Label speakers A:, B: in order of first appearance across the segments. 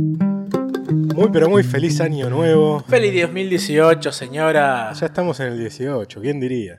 A: Muy, pero muy feliz año nuevo.
B: Feliz 2018, señora.
A: Ya estamos en el 18, ¿quién diría?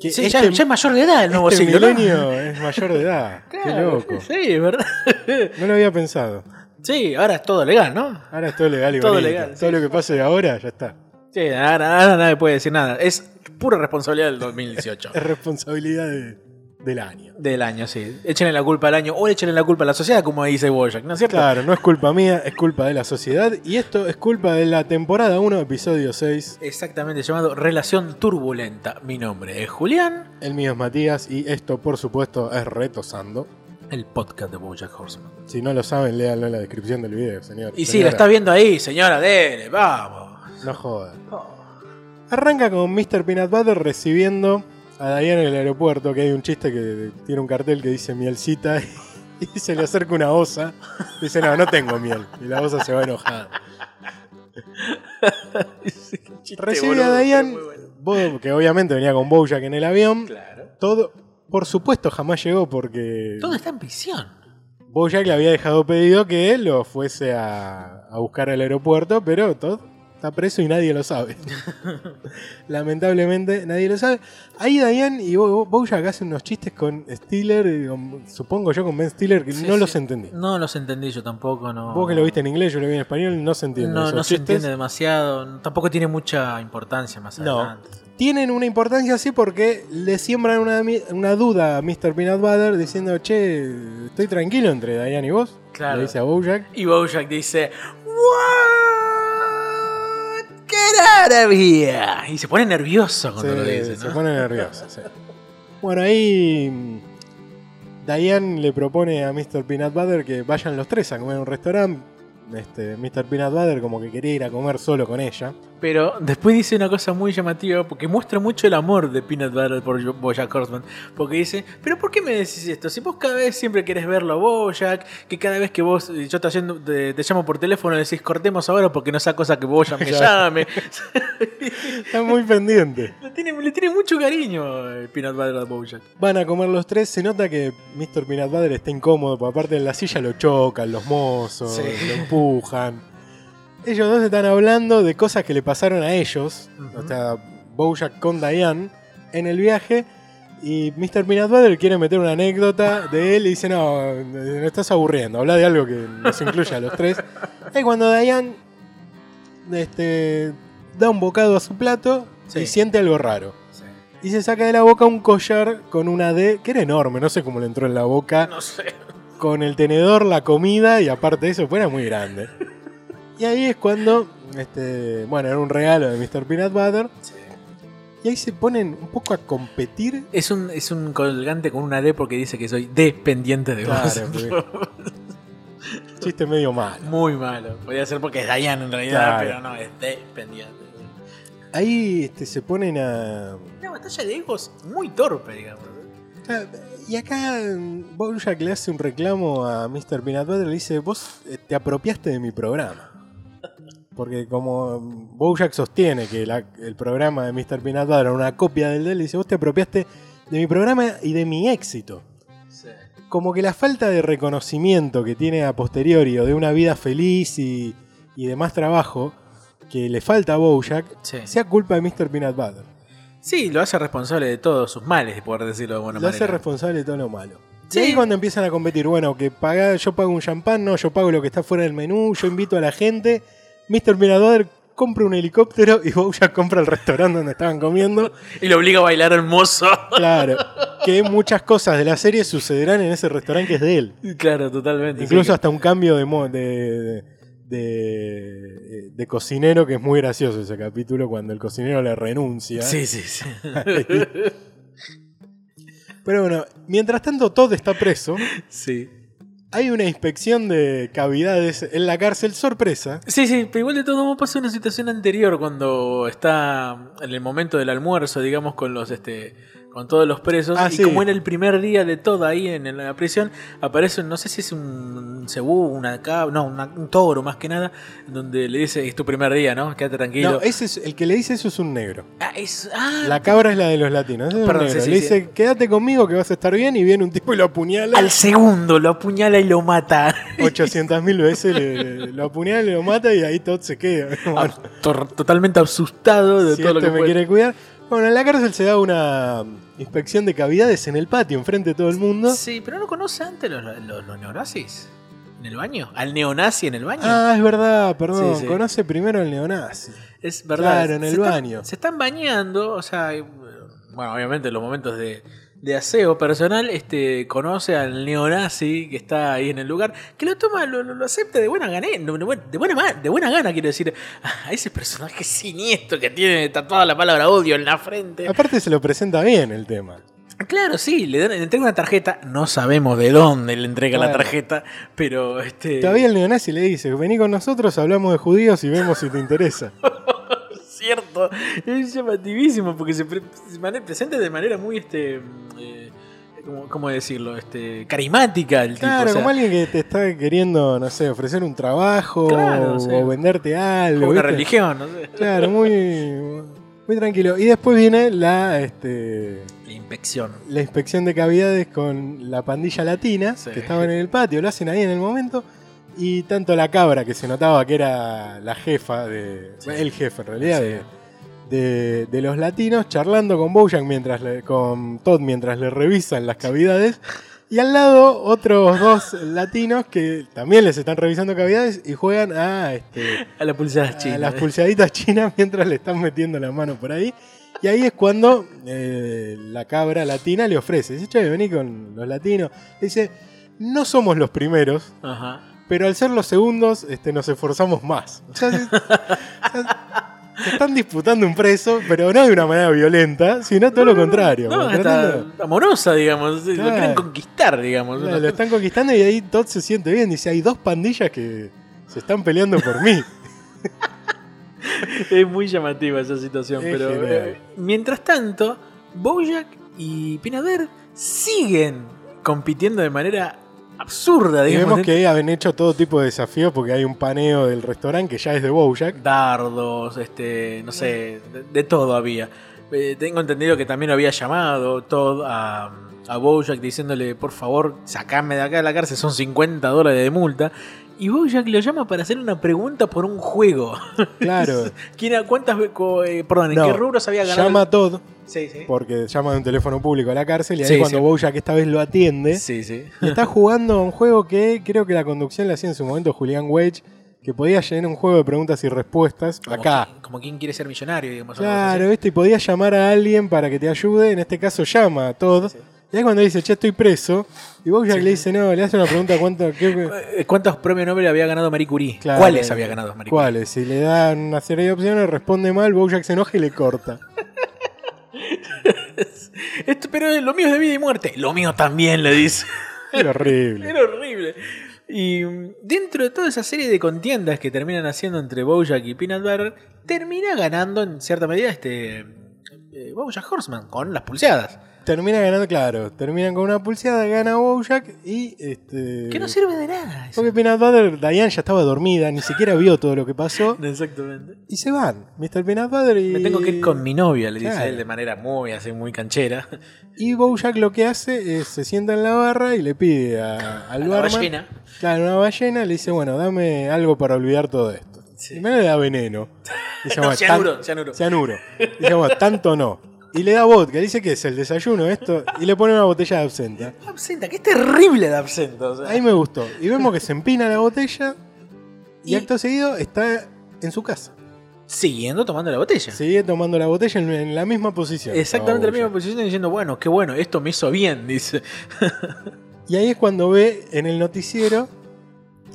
A: Que
B: Sí, ya, ya es mayor de edad el nuevo
A: este
B: siglo. ¿no?
A: milenio es mayor de edad. Qué
B: Claro,
A: loco.
B: Sí, ¿verdad?
A: No lo había pensado.
B: Sí, ahora es todo legal, ¿no?
A: Ahora es todo legal y
B: Todo
A: bonito.
B: legal,
A: Todo
B: sí.
A: lo que pase de ahora ya está.
B: Sí, ahora, ahora nadie puede decir nada. Es pura responsabilidad del 2018.
A: Es responsabilidad de- del año.
B: del año, sí. Échenle la culpa al año o échenle la culpa a la sociedad, como dice Boyack, ¿no es cierto?
A: Claro, no es culpa mía, es culpa de la sociedad. Y esto es culpa de la temporada 1, episodio 6.
B: Exactamente, llamado Relación Turbulenta. Mi nombre es Julián,
A: El mío es Matías y esto, por supuesto, es retosando.
B: el podcast de Bojack Horseman.
A: Si no lo saben, léanlo en la descripción del video, señor.
B: Y sí, la está
A: Señora,
B: viendo ahí, señora, dele, vamos.
A: No joda.
B: Oh.
A: Arranca con Mr. Peanut Butter recibiendo a Diana en el aeropuerto, que hay un chiste que tiene un cartel que dice mielcita y se le acerca una osa. Dice, no, no tengo miel. Y la osa se va enojada. Recibe a Diane, Bo- que obviamente venía con Bojack en el avión.
B: Claro.
A: Todo, por supuesto, jamás llegó porque
B: Todo está en prisión.
A: Bojack le había dejado pedido que él lo fuese a, a buscar al aeropuerto, pero todo está preso y nadie lo sabe. Lamentablemente nadie lo sabe. Ahí Diane y Bo- Bojack hacen unos chistes con Stiller, y con- supongo yo con Ben Stiller, que
B: Sí,
A: no
B: sí.
A: los entendí.
B: No los entendí yo tampoco, no.
A: Vos que lo viste en inglés, yo lo vi en español, no se entiende.
B: No,
A: esos
B: no se
A: chistes.
B: entiende demasiado. Tampoco tiene mucha importancia más
A: No.
B: adelante.
A: Tienen una importancia así porque le siembran una, mi- una duda a Mr. Peanut Butter diciendo, che, estoy tranquilo entre Diane y vos.
B: Claro.
A: Le dice a Bojack.
B: Y Bojack dice: What? Get out of here. Y se pone nervioso cuando lo dice,
A: se
B: ¿no?
A: pone nervioso. sí. Bueno, ahí mm, Diane le propone a Mr. Peanut Butter que vayan los tres a comer a un restaurante. Este, Mr. Peanut Butter como que quería ir a comer solo con ella.
B: Pero después dice una cosa muy llamativa porque muestra mucho el amor de Peanut Butter por Jo- Bojack Horseman. Porque dice, pero ¿por qué me decís esto? Si vos cada vez siempre querés verlo a Bojack, que cada vez que vos, yo te, haciendo- te, te llamo por teléfono decís cortemos ahora porque no sea cosa que Bojack me llame.
A: Está muy pendiente.
B: le, tiene, le tiene mucho cariño eh, Peanut Butter a Bojack.
A: Van a comer los tres. Se nota que Mr. Peanut Butter está incómodo, porque aparte en la silla lo chocan los mozos,
B: Sí.
A: lo empujan. Ellos dos están hablando de cosas que le pasaron a ellos,
B: Ujú.
A: o sea, Bojack con Diane, en el viaje. Y Mr. Peanut Butter quiere meter una anécdota de él y dice: No, me estás aburriendo, habla de algo que nos incluya a los tres. Y cuando Diane este, da un bocado a su plato
B: Sí.
A: y siente algo raro. Y se saca de la boca un collar con una D, que era enorme, no sé cómo le entró en la boca,
B: No sé.
A: con el tenedor, la comida y aparte de eso, fuera muy grande. Y ahí es cuando, este, bueno, era un regalo de Mr. Peanut Butter, y ahí se ponen un poco a competir.
B: Es un, es un colgante con una D porque dice que soy dependiente de vos.
A: Claro, porque- Chiste medio malo.
B: Muy malo. Podría ser porque es Diane en realidad,
A: Claro.
B: pero no, es dependiente.
A: Ahí este, se ponen a...
B: Una batalla de egos muy torpe, digamos.
A: Ah, Y acá mm, Bojack le hace un reclamo a Mr. Peanut Butter, le dice, vos eh, te apropiaste de mi programa. Porque como mm, Bojack sostiene que la- el programa de Mr. Peanut Butter era una copia del de él, le dice, vos te apropiaste de mi programa y de mi éxito. Como que la falta de reconocimiento que tiene a posteriori o de una vida feliz y, y de más trabajo que le falta a Bojack,
B: Sí.
A: sea culpa de Mr. Peanut Butter.
B: Sí, lo hace responsable de todos sus males, por decirlo de buena
A: lo
B: manera.
A: hace responsable de todo lo malo.
B: Sí.
A: Y ahí cuando empiezan a competir, bueno, que paga, yo pago un champán, no, yo pago lo que está fuera del menú, yo invito a la gente. Mr. Mirador compra un helicóptero y Bojack compra el restaurante donde estaban comiendo.
B: y lo obliga a bailar al mozo.
A: Claro, que muchas cosas de la serie sucederán en ese restaurante que es de él.
B: claro, totalmente.
A: Incluso
B: sí.
A: hasta un cambio de, mo- de, de- de cocinero, que es muy gracioso ese capítulo, cuando el cocinero le renuncia.
B: Sí, sí, sí.
A: Pero bueno, mientras tanto Todd está preso.
B: sí.
A: Hay una inspección de cavidades en la cárcel, sorpresa.
B: Sí, sí, pero igual de todo modo pasa una situación anterior cuando está en el momento del almuerzo, digamos, con los este con todos los presos.
A: Ah,
B: y
A: sí.
B: como era el primer día de todo ahí en, en la prisión, aparece, un- no sé si es un cebú, una cabra, no, una- un toro más que nada, donde le dice, es tu primer día, ¿no? Quédate tranquilo.
A: No, ese es, el que le dice eso es un negro.
B: Ah, es- ah,
A: La cabra es la de los latinos. ese es un
B: Perdón,
A: negro.
B: sí, sí,
A: le
B: sí.
A: dice, quédate conmigo que vas a estar bien. Y viene un tipo y lo apuñala.
B: al segundo lo apuñala y lo mata.
A: 800 mil veces le- le- lo apuñala, y lo mata y ahí todo se queda.
B: Ah,
A: Bueno,
B: tor- totalmente asustado de
A: si
B: todo
A: este
B: lo que
A: me
B: fue.
A: quiere cuidar. Bueno, en la cárcel se da una um, inspección de cavidades en el patio, enfrente de todo el mundo.
B: Sí, pero no conoce antes los, los- los neonazis en el baño. Al neonazi en el baño.
A: Ah, es verdad, perdón.
B: Sí, sí.
A: Conoce primero al neonazi.
B: es verdad.
A: claro, en
B: se
A: el
B: están-
A: baño.
B: se están bañando, o sea, y, bueno, obviamente en los momentos de, de aseo personal, este conoce al neonazi que está ahí en el lugar, que lo toma, lo, lo- lo acepta de buena gana, de buena, de buena ma- de buena gana, quiero decir, a ese personaje siniestro que tiene tatuada la palabra odio en la frente.
A: Aparte se lo presenta bien el tema.
B: Claro, sí, le, dan- le entrega una tarjeta, no sabemos de dónde le entrega la
A: Claro.
B: tarjeta, pero este...
A: Todavía el neonazi le dice, vení con nosotros, hablamos de judíos y vemos si te interesa.
B: cierto. Es llamativísimo porque se, pre- se mane- presenta de manera muy, este, eh, ¿cómo, cómo decirlo? Este, carismática el tipo.
A: Claro,
B: o sea,
A: como alguien que te está queriendo, no sé, ofrecer un trabajo
B: Claro,
A: o,
B: sí.
A: o venderte algo.
B: como una
A: ¿viste?
B: religión, no sé.
A: Claro, muy, muy tranquilo. Y después viene la, este,
B: La inspección.
A: la inspección de cavidades con la pandilla latina
B: Sí.
A: que estaban en el patio, lo hacen ahí en el momento. Y tanto la cabra que se notaba que era la jefa de.
B: Sí.
A: el jefe en realidad
B: Sí.
A: de, de- de los latinos, charlando con Bojack mientras le- con Todd mientras le revisan las cavidades. Y al lado otros dos latinos que también les están revisando cavidades y juegan a este,
B: A la pulsada
A: a
B: china.
A: las pulsaditas chinas mientras le están metiendo la mano por ahí. Y ahí es cuando eh, la cabra latina le ofrece. Dice, che, vení con los latinos. Dice, no somos los primeros,
B: Ajá.
A: pero al ser los segundos este, nos esforzamos más. O sea, se, o sea, se están disputando un preso, pero no de una manera violenta, sino todo lo contrario.
B: No,
A: como
B: hasta
A: tratando-
B: amorosa, digamos. sí, Lo
A: Claro.
B: quieren conquistar, digamos.
A: Claro, lo están conquistando y ahí Todd se siente bien. Dice, hay dos pandillas que se están peleando por mí.
B: Es muy llamativa esa situación,
A: Es
B: pero
A: genial.
B: eh, mientras tanto, Bojack y Pinader siguen compitiendo de manera absurda,
A: Y
B: digamos.
A: vemos
B: de-
A: que han hecho todo tipo de desafíos porque hay un paneo del restaurante que ya es de Bojack.
B: dardos, este, no sé, de, de todo había. Eh, tengo entendido que también lo había llamado Todd a, a Bojack diciéndole, por favor, sacame de acá de la cárcel, son 50 dólares de multa. Y Bojack lo llama para hacer una pregunta por un juego.
A: Claro.
B: ¿Quién, a- ¿Cuántas, ve- co- eh, perdón, en
A: No,
B: qué rubros había ganado?
A: Llama a Todd
B: Sí, sí.
A: porque llama de un teléfono público a la cárcel y ahí
B: Sí,
A: cuando
B: sí.
A: Bojack esta vez lo atiende,
B: Sí, sí.
A: y está jugando a un juego que creo que la conducción la hacía en su momento Julián Wage, que podía llenar un juego de preguntas y respuestas
B: Como
A: acá.
B: quien- Como quien quiere ser millonario, digamos. algo
A: Claro,
B: así.
A: ¿viste? Y podía llamar a alguien para que te ayude, en este caso llama a Todd. Y ahí cuando le dice, che, estoy preso, y Bojack le dice, no, le hace una pregunta, ¿cuánto? qué-
B: Eh, ¿Cuántos premios Nobel había ganado Marie Curie?
A: Claro.
B: ¿Cuáles había ganado Marie Curie?
A: ¿Cuáles? Si le dan una serie de opciones, responde mal, Bojack se enoja y le corta.
B: Esto, pero lo mío es de vida y muerte. Lo mío también, le dice.
A: Era horrible.
B: Era horrible. Y mm, dentro de toda esa serie de contiendas que terminan haciendo entre Bojack y Peanut Butter, termina ganando en cierta medida este eh, Bojack Horseman con las pulseadas.
A: Termina ganando, claro. Terminan con una pulseada, gana Bojack y este.
B: Que no sirve de nada. eso.
A: Porque Peanut Butter, Diane ya estaba dormida, ni siquiera vio todo lo que pasó.
B: Exactamente.
A: Y se van. Mr. Peanut Butter y.
B: Me tengo que ir con mi novia, le dice
A: Claro.
B: él de manera muy así, muy canchera.
A: Y Bojack lo que hace es se sienta en la barra y le pide a- al
B: La
A: barman.
B: ballena.
A: Claro, una ballena le dice, bueno, dame algo para olvidar todo esto.
B: Sí.
A: Primero le da veneno. Dice,
B: No,
A: "Bueno, tan-
B: cianuro, cianuro.
A: Cianuro. Dice, bueno, tanto no. Y le da vodka, dice que es el desayuno esto, y le pone una botella de absenta.
B: Absenta, que es terrible de absenta. o sea.
A: Ahí me gustó. Y vemos que se empina la botella y,
B: Y-
A: acto seguido está en su casa.
B: Siguiendo tomando la botella.
A: Sigue tomando la botella en, en la misma posición.
B: Exactamente la
A: Estaba
B: misma posición diciendo, bueno, qué bueno, esto me hizo bien, dice.
A: Bojack. Y ahí es cuando ve en el noticiero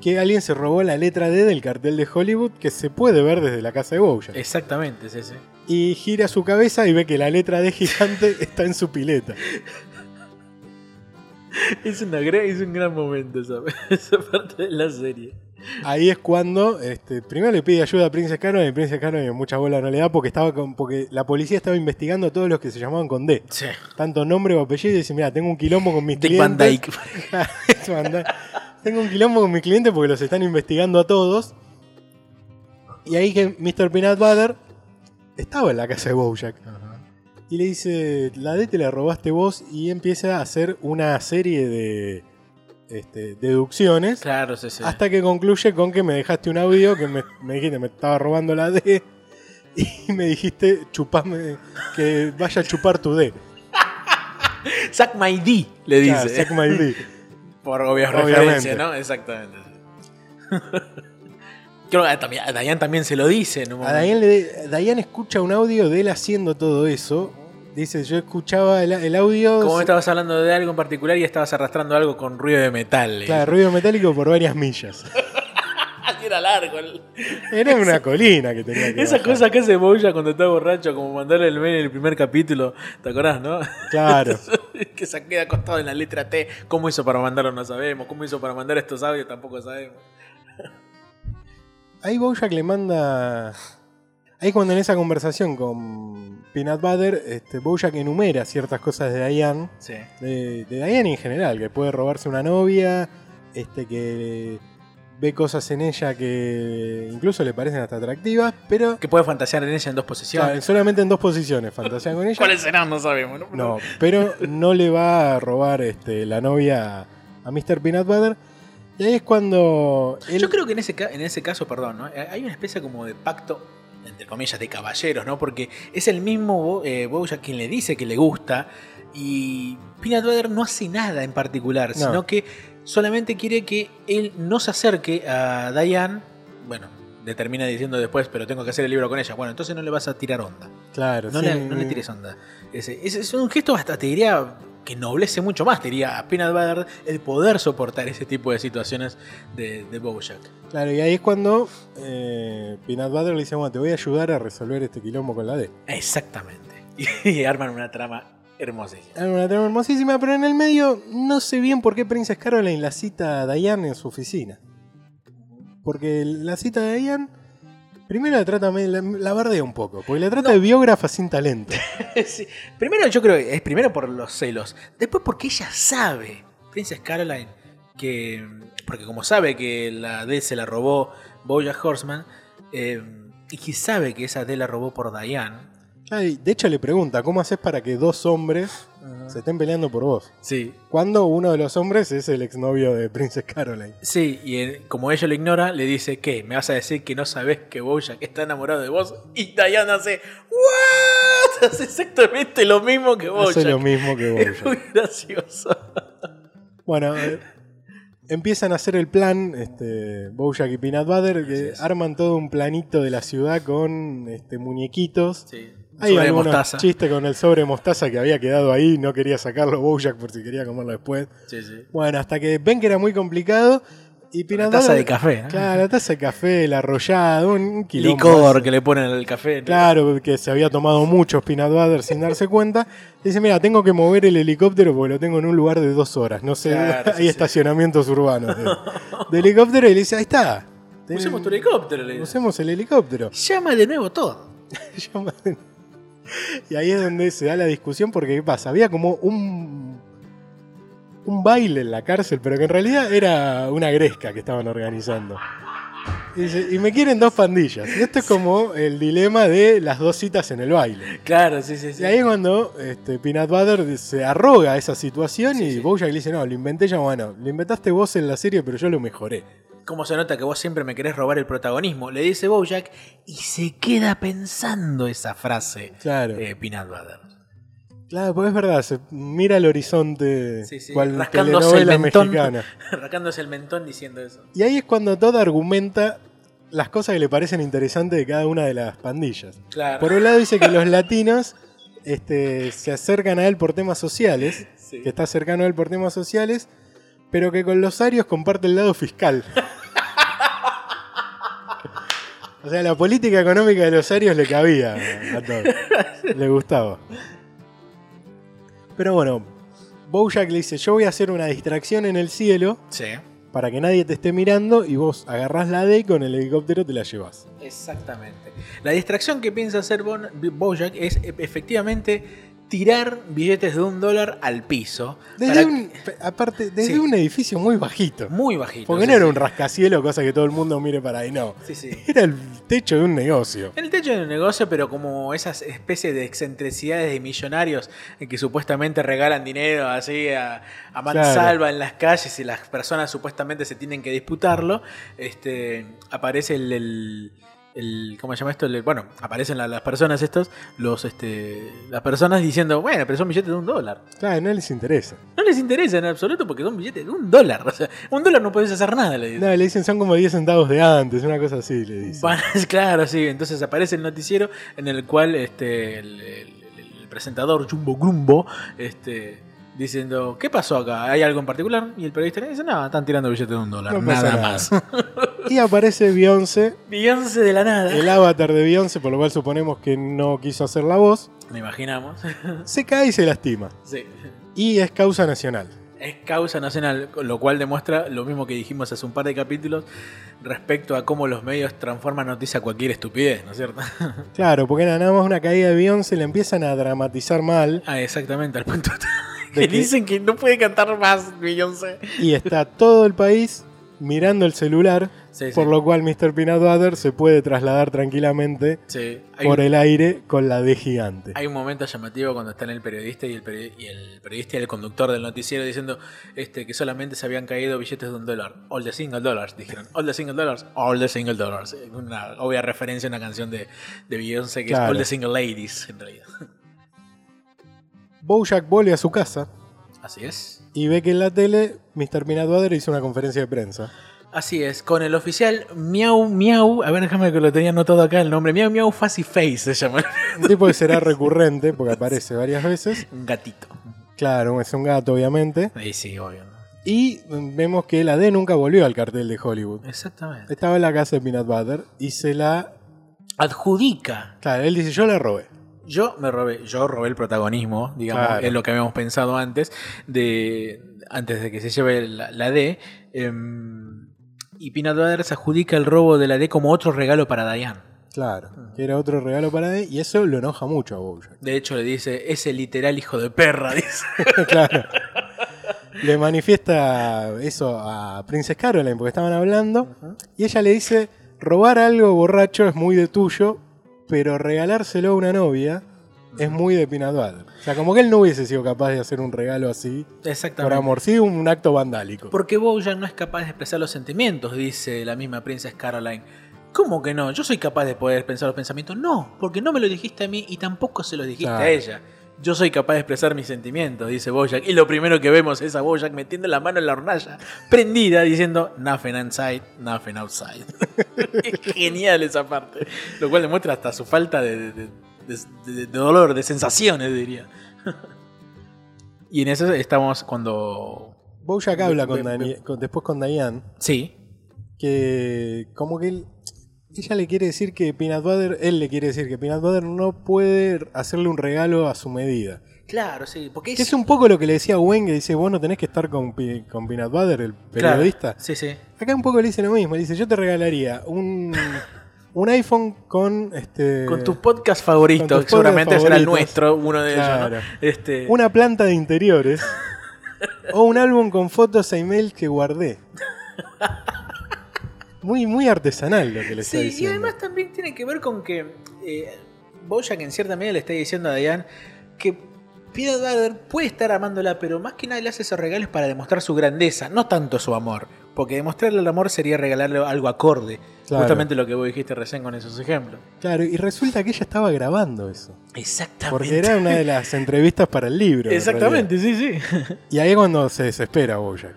A: que alguien se robó la letra D del cartel de Hollywood que se puede ver desde la casa de Bojack.
B: Exactamente, sí, sí.
A: y gira su cabeza y ve que la letra D gigante está en su pileta.
B: Es, una gra- es un gran momento esa, esa parte de la serie.
A: Ahí es cuando este, primero le pide ayuda a Princess Caro y Princess Caro mucha bola no le da porque estaba con, porque la policía estaba investigando a todos los que se llamaban con D.
B: Sí.
A: Tanto nombre o apellido y dice, mira, tengo un quilombo con mis
B: Dick Van
A: clientes.
B: Dyke.
A: Dick Van Dyke. tengo un quilombo con mis clientes porque los están investigando a todos. Y ahí que Mr. Peanut Butter estaba en la casa de Bojack. Y le dice, la D te la robaste vos y empieza a hacer una serie de este, deducciones.
B: Claro, sí, sí.
A: Hasta que concluye con que me dejaste un audio que me, me dijiste me estaba robando la D y me dijiste chupame, que vaya a chupar tu D.
B: Suck my D, le
A: Claro,
B: dice.
A: suck my D.
B: Por obvias
A: Obviamente.
B: referencias, ¿no? Exactamente. Creo que a también- a Dayan también se lo dice en un
A: A
B: momento.
A: Dayan, le- Dayan escucha un audio de él haciendo todo eso. Dice, yo escuchaba el, el audio...
B: Como estabas hablando de algo en particular y estabas arrastrando algo con ruido de metal. le
A: Claro, ruido metálico por varias millas.
B: dice. Ah, Era largo. el-
A: Era una colina que tenía que
B: Esa
A: bajar.
B: cosa que hace Boya cuando está borracho, como mandarle el mail en el primer capítulo, ¿te acordás, no?
A: Claro.
B: que se queda acostado en la letra T. ¿Cómo hizo para mandarlo? No sabemos. ¿Cómo hizo para mandar estos audios? Tampoco sabemos.
A: Ahí Bojack le manda. Ahí cuando en esa conversación con Peanut Butter, este, Bojack enumera ciertas cosas de Diane.
B: Sí.
A: De, de Diane en general, que puede robarse una novia, este, que ve cosas en ella que incluso le parecen hasta atractivas, pero
B: Que puede fantasear en ella en dos
A: claro,
B: posiciones.
A: solamente en dos posiciones, fantasea con ella.
B: ¿Cuáles serán? No sabemos. ¿no?
A: No, pero no le va a robar este, la novia a Mr. Peanut Butter. Y ahí es cuando... él-
B: Yo creo que en ese, ca- en ese caso, perdón, ¿no? Eh, hay una especie como de pacto, entre comillas, de caballeros, ¿no? Porque es el mismo Bo- eh, Bojack quien le dice que le gusta y Peanut Butter no hace nada en particular,
A: No.
B: sino que solamente quiere que él no se acerque a Diane, bueno, le termina diciendo después, pero tengo que hacer el libro con ella, bueno, entonces no le vas a tirar onda,
A: Claro,
B: no,
A: sí.
B: le, no le tires onda. Ese, ese es un gesto hasta, te diría, que noblece mucho más, te diría, a Peanut Butter el poder soportar ese tipo de situaciones de, de Bojack.
A: Claro, y ahí es cuando eh, Peanut Butter le dice, bueno, te voy a ayudar a resolver este quilombo con la D.
B: Exactamente. Y, arman una trama hermosísima.
A: Era Una trama hermosísima, pero en el medio no sé bien por qué Princess Caroline la cita a Diane en su oficina. Porque la cita de Diane, primero la trata, medio- la, la bardea un poco, porque la trata de biógrafa sin talento.
B: Sí. Primero, yo creo que es primero por los celos. Después, porque ella sabe, Princess Caroline, que. Porque como sabe que la D se la robó Boya Horseman, eh, y que sabe que esa D la robó por Diane.
A: Ah, y de hecho le pregunta, ¿cómo haces para que dos hombres se estén peleando por vos?
B: Sí.
A: Cuando uno de los hombres es el exnovio de Princess Caroline.
B: Sí, y eh, como ella lo ignora, le dice que me vas a decir que no sabes que Bojack está enamorado de vos y Diane hace ¿What? Hace exactamente lo mismo Oh, que Bojack.
A: Hace lo mismo que
B: Es
A: Bojack.
B: muy gracioso.
A: Bueno, eh, empiezan a hacer el plan, este, Bojack y Peanut Butter,
B: Así
A: que
B: es.
A: arman todo un planito de la ciudad con este, muñequitos.
B: Sí.
A: Hay
B: Sobre
A: algunos
B: mostaza.
A: chistes con el sobre de mostaza que había quedado ahí, no quería sacarlo Bojack por si quería comerlo después.
B: Sí, sí.
A: Bueno, hasta que ven que era muy complicado y Peanut
B: taza
A: Butter-
B: de café, ¿no?
A: Claro, la taza de café, el arrollado, un, un quilombo
B: Licor que le ponen al café. ¿no?
A: Claro, que se había tomado muchos peanut butter sin darse cuenta. Dice, mira, tengo que mover el helicóptero porque lo tengo en un lugar de dos horas. No sé,
B: Claro,
A: hay
B: sí,
A: estacionamientos urbanos de, de helicóptero. Y le dice, ahí está. Ten-
B: Usemos tu helicóptero, le dice.
A: usemos el helicóptero.
B: Llama de nuevo todo.
A: Llama- y ahí es donde se da la discusión porque, ¿qué pasa? Había como un, un baile en la cárcel, pero que en realidad era una gresca que estaban organizando. Y, dice, y me quieren dos pandillas. Y esto es como el dilema de las dos citas en el baile.
B: Claro, sí, sí, sí.
A: Y ahí es cuando este, Peanut Butter se arroga a esa situación y
B: sí.
A: Bojack le dice, no, lo inventé yo, bueno, lo inventaste vos en la serie, pero yo lo mejoré.
B: Como se nota que vos siempre me querés robar el protagonismo, le dice Bojack y se queda pensando esa frase.
A: Claro.
B: Eh, Peanut Butter.
A: Claro, pues es verdad, se mira al horizonte
B: Sí, sí.
A: cual
B: Rascándose el
A: telenovela
B: mentón.
A: mexicana.
B: rascándose el mentón diciendo eso.
A: Y ahí es cuando Todd argumenta las cosas que le parecen interesantes de cada una de las pandillas.
B: Claro.
A: Por un lado dice que los latinos este, se acercan a él por temas sociales,
B: Sí.
A: que está cercano a él por temas sociales, pero que con los arios comparte el lado fiscal. O sea, la política económica de los arios le cabía a todo. Le gustaba. Pero bueno, Bojack le dice, yo voy a hacer una distracción en el cielo
B: Sí.
A: para que nadie te esté mirando y vos agarrás la D y con el helicóptero te la llevas.
B: Exactamente. La distracción que piensa hacer Bon- Bojack es e- efectivamente tirar billetes de un dólar al piso.
A: Desde
B: para
A: un, Ah. aparte, desde
B: Sí.
A: un edificio muy bajito.
B: que- Muy bajito.
A: Porque
B: sí,
A: no era
B: sí.
A: un rascacielos, cosa que todo el mundo mire para ahí, no.
B: Sí, sí.
A: Era el techo de un negocio.
B: En el techo de un negocio, pero como esas especies de excentricidades de millonarios que supuestamente regalan dinero así a, a mansalva en las calles y las personas supuestamente se tienen que disputarlo, este, aparece el... el- el- ¿Cómo se llama esto? El- bueno, aparecen la- las personas estos, los, este, las personas diciendo, bueno, pero son billetes de un dólar.
A: Claro, no les interesa.
B: No les interesa en absoluto porque son billetes de un dólar. O sea, un dólar no puedes hacer nada, le dicen.
A: No, le dicen son como 10 centavos de antes, una cosa así, le dicen.
B: Van- claro, sí. Entonces aparece el noticiero en el cual este, el, el- el- el presentador Jumbo Grumbo este, diciendo, ¿qué pasó acá? ¿Hay algo en particular? Y el periodista le dice, no, están tirando billetes de un dólar,
A: No pasa
B: nada,
A: nada".
B: más.
A: Y aparece Beyoncé,
B: Beyoncé de la nada.
A: el avatar de Beyoncé, por lo cual suponemos que no quiso hacer la voz,
B: Me imaginamos.
A: se cae y se lastima.
B: sí.
A: Y es causa nacional.
B: Es causa nacional, lo cual demuestra lo mismo que dijimos hace un par de capítulos respecto a cómo los medios transforman noticia a cualquier estupidez, ¿no es cierto?
A: Claro, porque era nada más una caída de Beyoncé, la empiezan a dramatizar mal
B: ah, exactamente, al punto
A: ¿De
B: que
A: qué?
B: dicen que no puede cantar más Beyoncé.
A: y está todo el país mirando el celular,
B: Sí, sí.
A: por lo cual Mr. Peanut Butter se puede trasladar tranquilamente
B: Sí, hay,
A: por
B: un,
A: el aire con la D gigante.
B: hay un momento llamativo cuando están el periodista y el, peri- y el periodista y el conductor del noticiero diciendo este, que solamente se habían caído billetes de un dólar. All the single dollars, dijeron. All the single dollars, all the single dollars. Una obvia referencia a una canción de, de Beyoncé que es
A: Claro.
B: All the Single Ladies, en realidad.
A: Bojack vuelve a su casa
B: Así es.
A: y ve que en la tele Mr. Peanut Butter hizo una conferencia de prensa.
B: Así es, con el oficial Miau Miau, a ver, déjame que lo tenía anotado acá el nombre, Miau Miau Fuzzy Face se llama,
A: Un tipo que será recurrente porque aparece varias veces.
B: un gatito.
A: Claro, es un gato obviamente.
B: Ahí sí, obvio. ¿no?
A: Y vemos que la D nunca volvió al cartel de Hollywood.
B: Exactamente.
A: Estaba en la casa de Peanut Butter y se la...
B: Adjudica
A: Claro, él dice, yo la robé.
B: Yo me robé, yo robé el protagonismo, digamos,
A: Claro.
B: es lo que habíamos pensado antes, de antes de que se lleve la, la D. em, y Peanut Butter se adjudica el robo de la D como otro regalo para Diane. Ah.
A: Claro, que era otro regalo para D y eso lo enoja mucho a Bojack.
B: De hecho, le dice, ese literal hijo de perra, dice.
A: claro. Le manifiesta eso a Princess Caroline porque estaban hablando y ella le dice, robar algo borracho es muy de tuyo, pero regalárselo a una novia es muy de Peanut Butter. O sea, como que él no hubiese sido capaz de hacer un regalo así por
B: Exactamente.
A: amor, sí, un acto vandálico.
B: Porque Bojack no es capaz de expresar los sentimientos, dice la misma Princess Caroline. ¿Cómo que no? Yo soy capaz de poder pensar los pensamientos. No, porque no me lo dijiste a mí y tampoco se los dijiste
A: Claro.
B: a ella. Yo soy capaz de expresar mis sentimientos, dice Bojack. Y lo primero que vemos es a Bojack metiendo la mano en la hornalla, prendida, diciendo nothing inside, nothing outside. es genial esa parte. Lo cual demuestra hasta su falta de, de- de- de- de- de dolor, de sensaciones, diría. y en eso estamos cuando...
A: Bojack habla
B: Me-
A: con
B: me-
A: Dani- con- después con Diane
B: Sí,
A: que como que él, ella le quiere decir que Peanut Butter, él le quiere decir que Peanut Butter no puede hacerle un regalo a su medida.
B: Claro, sí, porque
A: Que es un poco lo que le decía Wayne, que dice, vos no tenés que estar con, Pe- con Peanut Butter, el
B: Claro,
A: periodista. Eh,
B: Sí, sí.
A: Acá un poco le dice lo mismo, le dice, yo te regalaría un, un iPhone con este
B: Con tus podcasts favoritos,
A: Con tus
B: que seguramente
A: podcasts
B: será el
A: favoritos.
B: nuestro, uno de ellos,
A: Claro.
B: ¿no? Este,
A: una planta de interiores o un álbum con fotos e email que guardé. Muy, muy artesanal lo que le está
B: sí, y
A: diciendo.
B: además también tiene que ver con que eh, Bojack en cierta medida le está diciendo a Diane que Peanut Butter puede estar amándola, pero más que nada le hace esos regalos para demostrar su grandeza, no tanto su amor. Porque demostrarle el amor sería regalarle algo acorde.
A: Claro.
B: Justamente lo que vos dijiste recién con esos ejemplos.
A: Claro, y resulta que ella estaba grabando eso.
B: Exactamente.
A: Porque era una de las entrevistas para el libro. en
B: Exactamente, sí, sí.
A: realidad. Y ahí es cuando se desespera Bojack.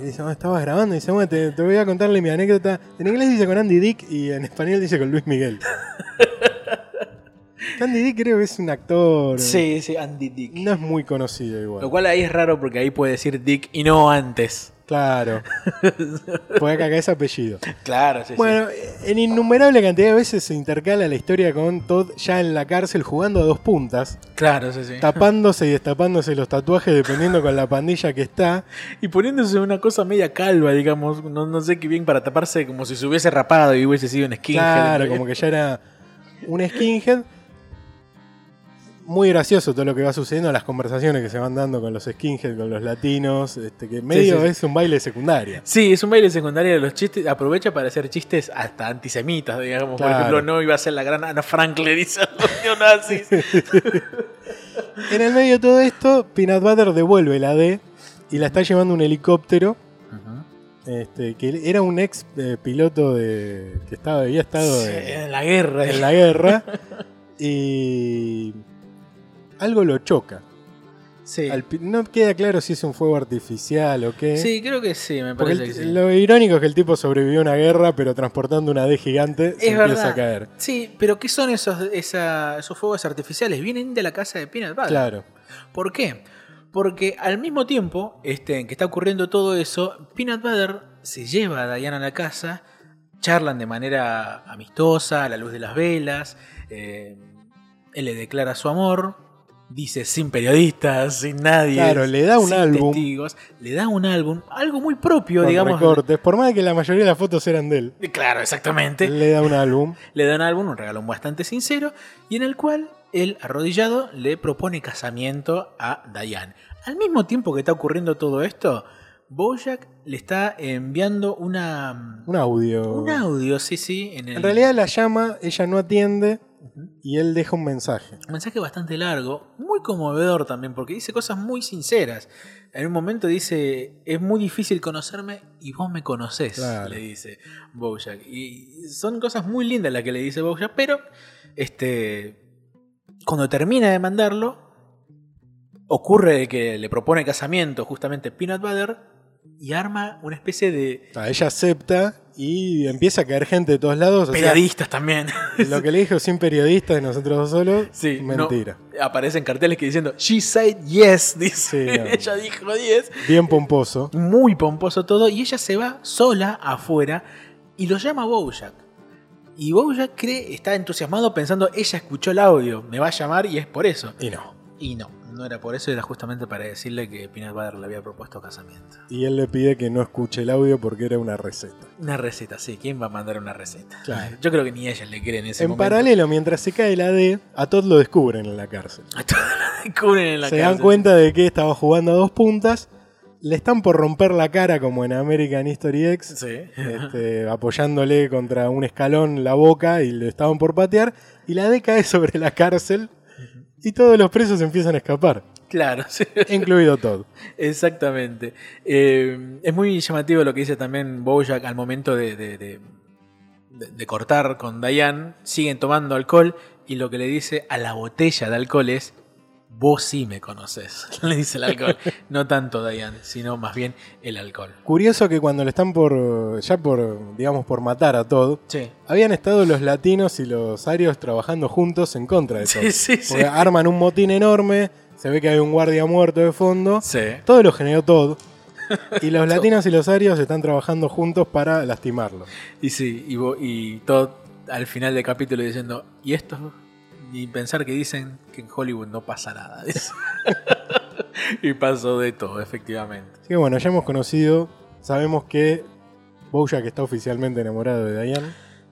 A: Y dice, no, estabas grabando. Y dice, bueno, te, te voy a contarle mi anécdota. En inglés dice con Andy Dick y en español dice con Luis Miguel. Andy Dick creo que es un actor.
B: Sí, sí, Andy Dick.
A: No es muy conocido igual.
B: Lo cual ahí es raro porque ahí puede decir Dick y no antes.
A: Claro. Porque acá acá es apellido.
B: Claro, sí, sí.
A: Bueno, en innumerable cantidad de veces se intercala la historia con Todd ya en la cárcel jugando a dos puntas,
B: Claro, sí, sí.
A: tapándose y destapándose los tatuajes dependiendo con la pandilla que está.
B: Y poniéndose una cosa media calva, digamos, no, no sé qué bien, para taparse como si se hubiese rapado y hubiese sido un skinhead.
A: Claro, como que ya era un skinhead. Muy gracioso todo lo que va sucediendo, las conversaciones que se van dando con los skinheads, con los latinos, este, que medio
B: sí, sí.
A: es un baile secundario.
B: Sí, es un baile secundario de los chistes. Aprovecha para hacer chistes hasta antisemitas, digamos.
A: Claro.
B: Por ejemplo, no iba a ser la gran Ana Frank, le dice a los neonazis.
A: En el medio de todo esto, Peanut Butter devuelve la D y la está llevando un helicóptero, este, que era un ex eh, piloto de, que estaba, había estado
B: Sí,
A: en-
B: en la guerra.
A: en la guerra y algo lo choca.
B: Sí.
A: Al pi- no queda claro si es un fuego artificial o qué.
B: Sí, creo que sí, me
A: Porque
B: parece
A: el-
B: que sí.
A: lo irónico es que el tipo sobrevivió a una guerra, pero transportando una D gigante se
B: Es
A: empieza
B: verdad.
A: a caer.
B: Sí, pero ¿qué son esos, esa- esos fuegos artificiales? Vienen de la casa de Peanut Butter.
A: Claro.
B: ¿Por qué? Porque al mismo tiempo este, en que está ocurriendo todo eso, Peanut Butter se lleva a Diana a la casa, charlan de manera amistosa, a la luz de las velas, eh, él le declara su amor, dice sin periodistas, sin nadie,
A: Claro, le da un
B: sin
A: álbum.
B: testigos, le da un álbum, algo muy propio,
A: Con
B: digamos.
A: recortes. Por más de que la mayoría de las fotos eran de él,
B: Claro, exactamente
A: él le da un álbum.
B: le da un álbum, un regalo bastante sincero, y en el cual el arrodillado le propone casamiento a Diane. Al mismo tiempo que está ocurriendo todo esto, Bojack le está enviando una,
A: Un audio.
B: un audio, sí, sí, en, el-
A: En realidad la llama, ella no atiende
B: Ujú.
A: y él deja un mensaje.
B: Un mensaje bastante largo, muy conmovedor también, porque dice cosas muy sinceras. En un momento dice, es muy difícil conocerme y vos me conocés,
A: Claro.
B: le dice Bojack. Y son cosas muy lindas las que le dice Bojack, pero este, cuando termina de mandarlo, ocurre que le propone casamiento justamente Peanut Butter y arma una especie de...
A: Ah, ella acepta y empieza a caer gente de todos lados. o sea,
B: Periodistas también.
A: lo que le dijo sin periodistas y nosotros dos solos,
B: Sí, no.
A: mentira.
B: Aparecen carteles que diciendo, She said yes, dice.
A: Sí, no.
B: Ella dijo yes.
A: Bien pomposo.
B: muy pomposo todo, y ella se va sola afuera y lo llama Bojack. Y Bojack cree, está entusiasmado pensando, ella escuchó el audio, me va a llamar y es por eso.
A: Y no.
B: Y no, no era por eso, era justamente para decirle que Peanut Butter le había propuesto casamiento.
A: Y él le pide que no escuche el audio porque era una receta.
B: Una receta, sí, ¿quién va a mandar una receta?
A: Claro.
B: Yo creo que ni ella le cree en ese
A: en
B: momento.
A: paralelo, mientras se cae la D, a Todd lo descubren en la cárcel.
B: A todos la descubren en la
A: se dan
B: cárcel.
A: cuenta de que estaba jugando a dos puntas. Le están por romper la cara como en American History X.
B: Sí.
A: este, apoyándole contra un escalón la boca y le estaban por patear. Y la D cae sobre la cárcel y todos los presos empiezan a escapar,
B: Claro, sí.
A: incluido Todd.
B: Exactamente. Eh, es muy llamativo lo que dice también Bojack al momento de, de- de- de- de cortar con Diane. Siguen tomando alcohol y lo que le dice a la botella de alcohol es: Vos sí me conoces. Le dice el alcohol. No tanto Diane, sino más bien el alcohol.
A: Curioso que cuando le están por, ya por, digamos, por matar a Todd,
B: Sí.
A: habían estado los latinos y los arios trabajando juntos en contra de Todd.
B: Sí, sí, sí.
A: Porque arman un motín enorme, se ve que hay un guardia muerto de fondo.
B: Sí.
A: Todo lo generó Todd. Y los latinos y los arios están trabajando juntos para lastimarlo.
B: Y sí, y, vo- y todo al final del capítulo diciendo, y esto, y pensar que dicen que en Hollywood no pasa nada. dice. y pasó de todo, efectivamente.
A: Así que bueno, ya hemos conocido, sabemos que Bojack está oficialmente enamorado de Diane.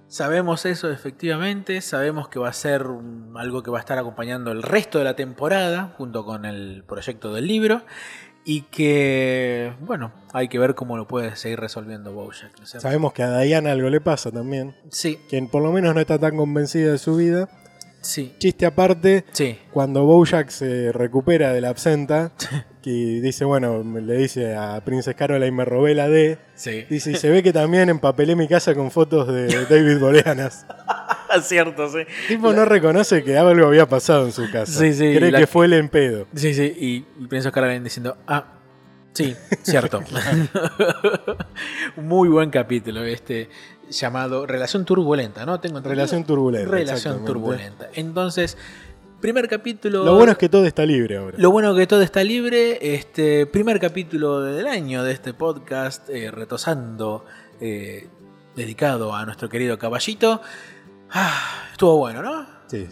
B: Sabemos eso, efectivamente, sabemos que va a ser un- algo que va a estar acompañando el resto de la temporada, junto con el proyecto del libro, y que, bueno, hay que ver cómo lo puede seguir resolviendo Bojack. ¿no es cierto?
A: Sabemos que a Diane algo le pasa también,
B: Sí,
A: quien por lo menos no está tan convencida de su vida.
B: sí,
A: Chiste aparte,
B: sí.
A: cuando Bojack se recupera de la absenta, que dice, bueno, le dice a Princess Caroline, me robé la D.
B: Sí.
A: Dice, y se ve que también empapelé mi casa con fotos de David Boleanas.
B: Cierto, sí.
A: El tipo no reconoce que algo había pasado en su casa.
B: Sí, sí,
A: Cree
B: la-
A: que fue el empedo.
B: Sí, sí, y, y pienso que ahora vienen diciendo, ah, sí, cierto. Muy buen capítulo este llamado Relación Turbulenta, ¿no? Tengo entendido.
A: Relación turbulenta.
B: Relación
A: exactamente.
B: turbulenta. Entonces, Primer capítulo.
A: Lo bueno es que todo está libre ahora.
B: Lo bueno que todo está libre, este primer capítulo del año de este podcast, eh, retosando, eh, dedicado a nuestro querido caballito. Ah, estuvo bueno, ¿no?
A: Sí.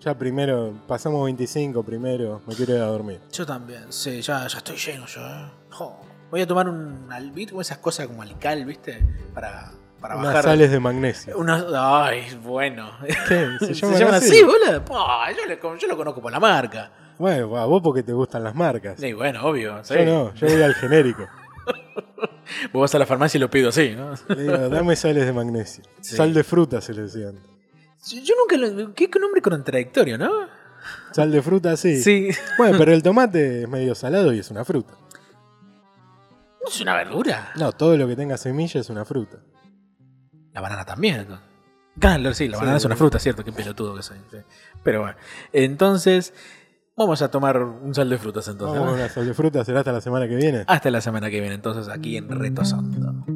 A: Ya primero, pasamos 25 primero, me quiero ir a dormir.
B: Yo también, sí, ya, ya estoy lleno yo, ¿eh? Jo. Voy a tomar un al- ¿viste como esas cosas como alcal, ¿viste? Para, para
A: Unas
B: bajar.
A: sales de magnesio.
B: Unas- ay, bueno.
A: ¿Qué?
B: ¿Se, llaman así, boludo? Pa, yo, le- yo lo conozco por la marca.
A: Bueno, a vos porque te gustan las marcas.
B: Y bueno, obvio. sí.
A: Yo no, yo voy al genérico.
B: Vos vas a la farmacia y lo pido así, ¿no?
A: Le digo, dame sales de magnesio.
B: Sí.
A: Sal de fruta se le decían.
B: Yo nunca lo. Qué nombre contradictorio, ¿no?
A: Sal de fruta, sí.
B: Sí.
A: Bueno, pero el tomate es medio salado y es una fruta.
B: No es una verdura.
A: No, todo lo que tenga semilla es una fruta.
B: La banana también. ¿no? Claro, sí, la
A: Sí.
B: banana es una fruta, cierto. Qué pelotudo que soy. sí. Pero bueno. Entonces, vamos a tomar un sal de frutas entonces.
A: Vamos
B: ¿no?
A: con la sal de fruta, será hasta la semana que viene.
B: Hasta la semana que viene, entonces, aquí en Retosando.